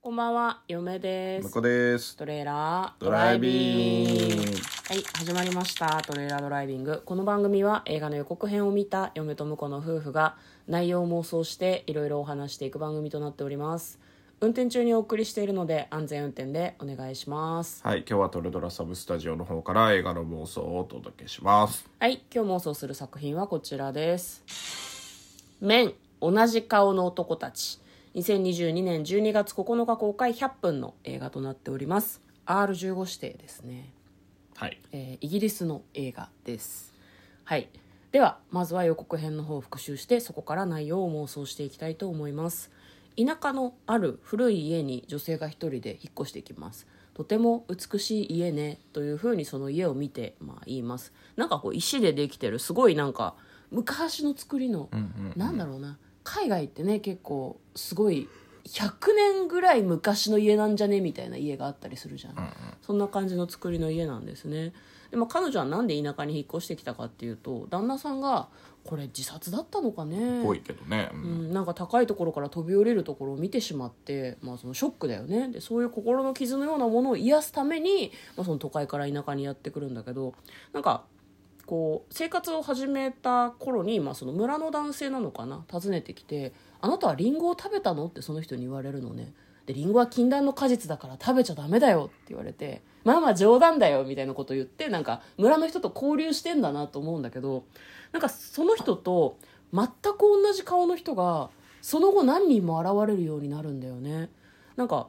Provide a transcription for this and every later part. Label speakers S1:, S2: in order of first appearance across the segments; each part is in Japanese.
S1: こんばんは、嫁で
S2: 向
S1: す
S2: こ。うです
S1: トレーラー
S2: ドライビング
S1: はい、始まりました。トレーラードライビング。この番組は映画の予告編を見た嫁と婿の夫婦が内容を妄想していろいろお話していく番組となっております。運転中にお送りしているので安全運転でお願いします。
S2: はい今日はトルドラサブスタジオの方から映画の妄想をお届けします
S1: はい、今日妄想する作品はこちらです。面、同じ顔の男たち。2022年12月9日公開100分の映画となっております。R15 指定ですね。
S2: はい
S1: えーイギリスの映画です。はい。では、まずは予告編の方を復習して、そこから内容を妄想していきたいと思います。田舎のある古い家に女性が一人で引っ越してきます。とても美しい家ね、というふうにその家を見て、まあ言います。なんかこう石でできてる、すごいなんか昔の作りの、なんだろうな、海外ってね、結構すごい100年ぐらい昔の家なんじゃねみたいな家があったりするじゃん。そんな感じの作りの家なんですねで、まあ、彼女はなんで田舎に引っ越してきたかっていうと旦那さんがこれ自殺だったのかね
S2: 多いけどね、う
S1: うんん、なんか高いところから飛び降りるところを見てしまって、まあ、そのショックだよねでそういう心の傷のようなものを癒すために、まあ、その都会から田舎にやってくるんだけどなんかこう生活を始めた頃に、まあ、その村の男性なのかな訪ねてきて「あなたはリンゴを食べたの?」ってその人に言われるのね。でリンゴは禁断の果実だから食べちゃダメだよって言われてまあまあ冗談だよみたいなこと言ってなんか村の人と交流してんだなと思うんだけどなんかその人と全く同じ顔の人がその後何人も現れるようになるんだよねなんか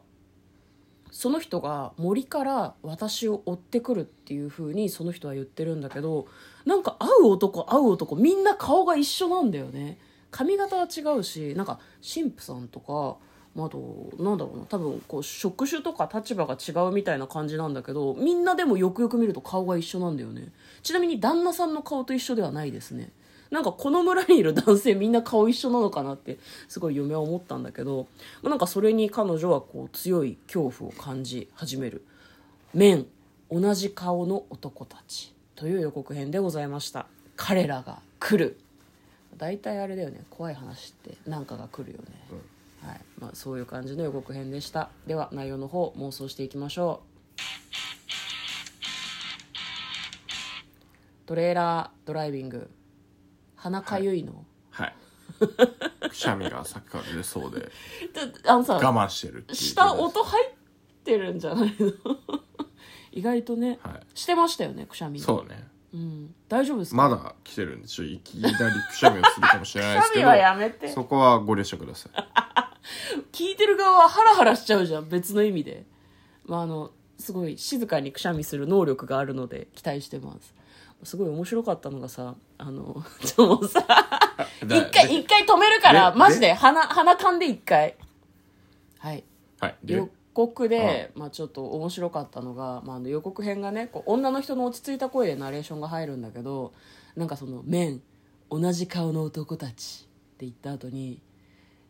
S1: その人が森から私を追ってくるっていう風にその人は言ってるんだけどなんか会う男会う男みんな顔が一緒なんだよね髪型は違うしなんか神父さんとかまああとなんだろうな多分こう職種とか立場が違うみたいな感じなんだけどみんなでもよくよく見ると顔が一緒なんだよねちなみに旦那さんの顔と一緒ではないですねなんかこの村にいる男性みんな顔一緒なのかなってすごい嫁は思ったんだけどまあなんかそれに彼女はこう強い恐怖を感じ始める「面同じ顔の男たち」という予告編でございました彼らが来る大体あれだよね怖い話ってなんかが来るよね、はいまあ、そういう感じの予告編でしたでは内容の方妄想していきましょうトレーラードライビング鼻かゆいの、
S2: はいくしゃみがさっきから出そうで
S1: ちょあのさ
S2: 我慢してるっていう
S1: 下音入ってるんじゃないの意外とね、
S2: はい
S1: してましたよねくしゃみ
S2: そうね
S1: うん、大丈夫ですか、
S2: まだ来てるんでちょっといきなりくしゃみをするかもしれないです
S1: くしゃ
S2: け
S1: み
S2: ど
S1: はやめて
S2: そこはご了承ください
S1: 聞いてる側はハラハラしちゃうじゃん別の意味でまああのすごい静かにくしゃみする能力があるので期待してますすごい面白かったのがさあ のちょっともうさ 一回一回止めるから
S2: で
S1: マジで鼻鼻かんで一回はい
S2: はいで
S1: 予告で、まあ、ちょっと面白かったのが、まあ、あの予告編がねこう女の人の落ち着いた声でナレーションが入るんだけどなんかその「面同じ顔の男たち」って言った後に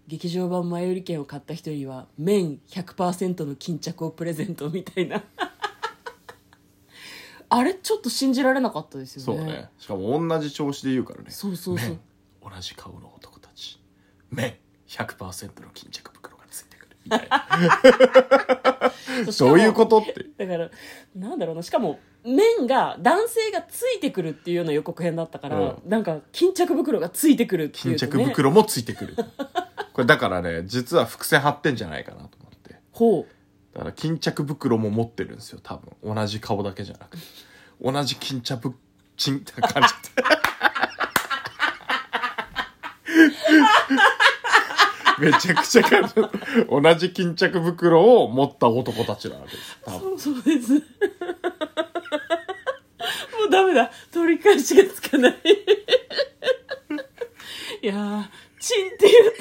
S1: 劇場版前売り券を買った人には「面100%の巾着をプレゼント」みたい なあれちょっと信じられなかったですよね
S2: そうねしかも同じ調子で言うからね
S1: そうそうそう
S2: 同じ顔の男たち麺100%の巾着袋がついてくるみたいな
S1: そうしか
S2: ど
S1: も
S2: ういうことって
S1: だからなんだろうなしかも面が男性がついてくるっていうような予告編だったから、
S2: う
S1: なんか巾着袋がついてくるってい
S2: 巾
S1: うと、ね、
S2: 着袋もついてくるこれだからね実は伏線張ってんじゃないかなと思って
S1: ほう
S2: だから巾着袋も持ってるんですよ多分同じ顔だけじゃなくて同じ巾着 ちんって感じめちゃくちゃ感じ同じ巾着袋を持った男たちなわけです多分
S1: そうそうです もうダメだ取り返しがつかないいやーチンって言っ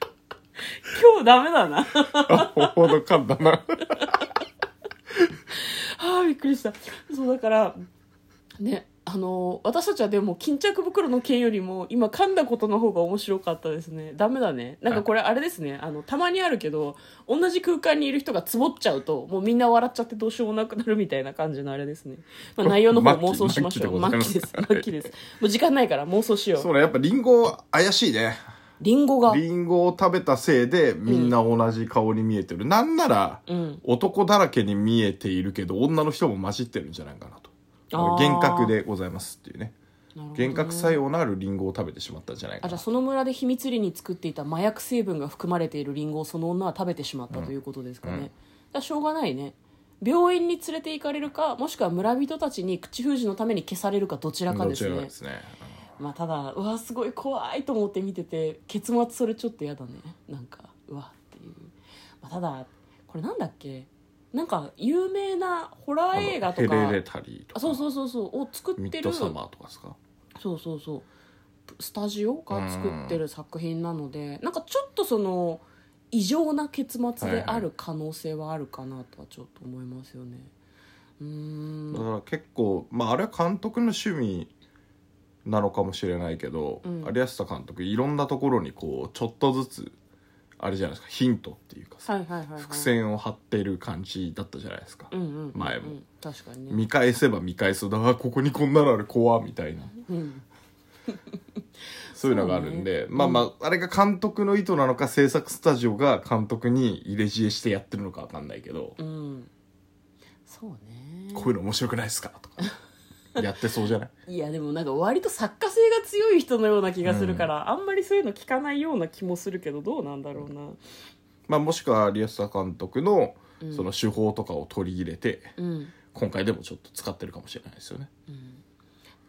S1: たね今日ダメだな
S2: あほどかんだな
S1: ああびっくりしたそうだからねあの私たちはでも巾着袋の件よりも今噛んだことの方が面白かったですねダメだねなんかこれあれですねあのたまにあるけど同じ空間にいる人がつぼっちゃうともうみんな笑っちゃってどうしようもなくなるみたいな感じのあれですね、まあ、内容の方妄想しましょう
S2: 末期
S1: 末期
S2: 末期
S1: で末
S2: ですございます
S1: 期ですもう時間ないから妄想しよう
S2: そうねやっぱリンゴ怪しいね
S1: リンゴが
S2: リンゴを食べたせいでみんな同じ顔に見えてる、なんなら
S1: うん
S2: 男だらけに見えているけど女の人も混じってるんじゃないかなと
S1: あー
S2: 幻覚でございますっていうね
S1: なるほどね
S2: 幻覚作用のあるリンゴを食べてしまったんじゃないか
S1: あじゃあ
S2: な
S1: その村で秘密裏に作っていた麻薬成分が含まれているリンゴをその女は食べてしまったということですかね、
S2: うん
S1: だからしょうがないね病院に連れて行かれるかもしくは村人たちに口封じのために消されるかどちらか
S2: ど
S1: です
S2: ちらか
S1: ね
S2: ですね
S1: まあただうわすごい怖いと思って見てて結末それちょっとやだねなんかうわっていう、まあ、ただこれなんだっけなんか有名なホラー映画と
S2: あのヘレレ
S1: か
S2: タリーとか
S1: あそうそうそうそうを作っ
S2: ミ
S1: て
S2: ッ
S1: る
S2: ドサマーとかですか
S1: そうそうそうスタジオが作ってる作品なので、なんかちょっとその異常な結末である可能性はあるかなとはちょっと思いますよね、う
S2: だ
S1: ーん
S2: から結構、まあ、あれは監督の趣味なのかもしれないけど、
S1: うん
S2: 有安田監督いろんなところにこうちょっとずつあれじゃないですかヒントっていうかさ、
S1: はいはいはい、はい、
S2: 伏線を張ってる感じだったじゃないですか、
S1: うんうんうんうん
S2: 前も
S1: 確かにね、
S2: 見返せば見返すだあここにこんなのある怖っみたいな
S1: うん、
S2: そういうのがあるんで、
S1: そうね
S2: まあまああれが監督の意図なのか制作スタジオが監督に入れ知恵してやってるのかわかんないけど、
S1: うん、そうね
S2: こういうの面白くないですか とかやってそうじゃない
S1: いやでもなんか割と作家性が強い人のような気がするから、あんまりそういうの聞かないような気もするけどどうなんだろうな、
S2: まあ、もしくは有吉監督の
S1: うん
S2: その手法とかを取り入れて、
S1: うん
S2: 今回でもちょっと使ってるかもしれないですよね。
S1: うん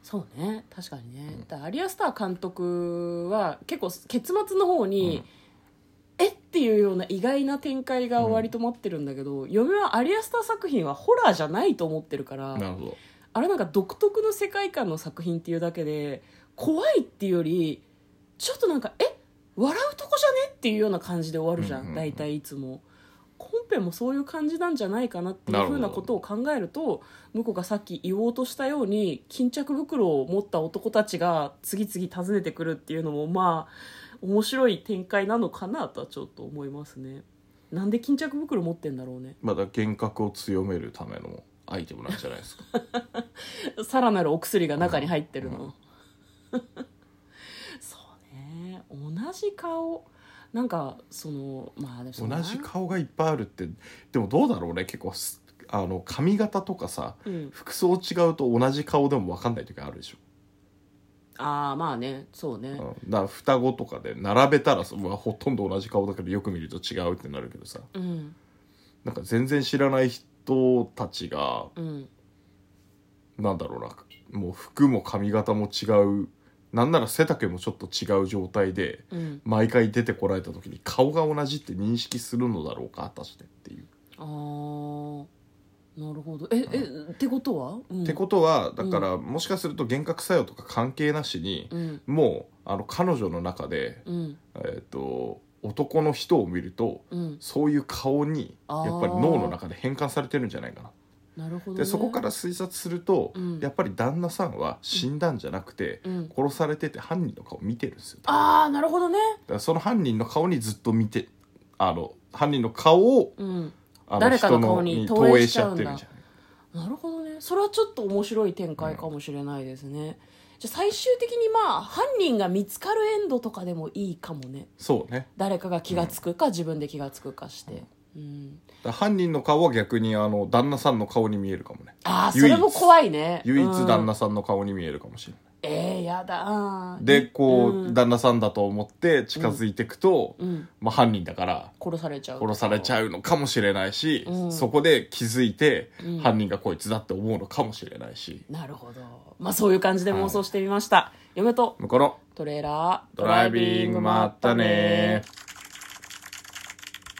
S1: そうね確かにね、だからアリアスター監督は結構結末の方に、えっていうような意外な展開が割と待ってるんだけど、嫁はアリアスター作品はホラーじゃないと思ってるから
S2: なるほど。
S1: あれなんか独特の世界観の作品っていうだけで怖いっていうよりちょっとなんかえ笑うとこじゃねっていうような感じで終わるじゃ
S2: うんうん
S1: ん
S2: うん
S1: 大体、いつも本編もそういう感じなんじゃないかなってい
S2: な
S1: う
S2: るほ
S1: ふ
S2: ど
S1: うなことを考えると向こうがさっき言おうとしたように巾着袋を持った男たちが次々訪ねてくるっていうのもまあ面白い展開なのかなとはちょっと思いますねなんで巾着袋持ってんだろうね
S2: まだ幻覚を強めるためのアイテムなんじゃないですか。
S1: さらなるお薬が中に入ってるの、
S2: う
S1: そうね同じ顔なんかそのまあでもそ
S2: 同
S1: うな
S2: じ顔がいっぱいあるって、でもどうだろうね、結構す、あの、髪型とかさ、
S1: うん、
S2: 服装違うと同じ顔でも分かんない時あるでしょ。
S1: ああまあねそうね、
S2: うん、だから双子とかで並べたらさ、うわほとんど同じ顔だけどよく見ると違うってなるけどさ、
S1: うん
S2: なんか全然知らない人たちが
S1: うん
S2: なんだろうなもう服も髪型も違うなんなら背丈もちょっと違う状態で
S1: うん
S2: 毎回出てこられた時に顔が同じって認識するのだろうか果たしてっていう。
S1: あーなるほどえ、えってことは、うん、
S2: ってことはだからもしかすると幻覚作用とか関係なしに、
S1: うん
S2: もうあの彼女の中で、
S1: うん
S2: えー、と男の人を見ると
S1: うん
S2: そういう顔に
S1: あー
S2: やっぱり脳の中で変換されてるんじゃないかな。
S1: なるほど、ね、
S2: でそこから推察すると、
S1: うん
S2: やっぱり旦那さんは死んだんじゃなくて、
S1: うん
S2: 殺されてて犯人の顔見てるんですよ。
S1: ああなるほどね
S2: だからその犯人の顔にずっと見てあの犯人の顔を
S1: うん
S2: あ
S1: 誰かの
S2: 人
S1: 顔に投影しちゃうんだ
S2: 投影しちゃってるんじ
S1: なるほどねそれはちょっと面白い展開かもしれないですね、じゃあ最終的にまあ犯人が見つかるエンドとかでもいいかもね
S2: ゃないそうね
S1: 誰かが気がつくか、自分で気がつくかして、うん
S2: だから犯人の顔は逆にあの旦那さんの顔に見えるかもね
S1: ああそ
S2: 唯一
S1: れも怖いね
S2: 唯一旦
S1: うん
S2: 那さんの顔に見えるかもしれない、
S1: えー、やだ
S2: でこう、
S1: うん
S2: 旦那さんだと思って近づいていくと、
S1: うん
S2: まあ、犯人だから
S1: 殺されちゃう
S2: 殺されち
S1: う
S2: ゃうのかもしれないし、
S1: うん
S2: そこで気づいて、
S1: うん
S2: 犯人がこいつだって思うのかもしれないし
S1: なるほどまあそういう感じで妄想してみました、嫁と
S2: 向こうの
S1: トレーラー
S2: ドライビングもあったね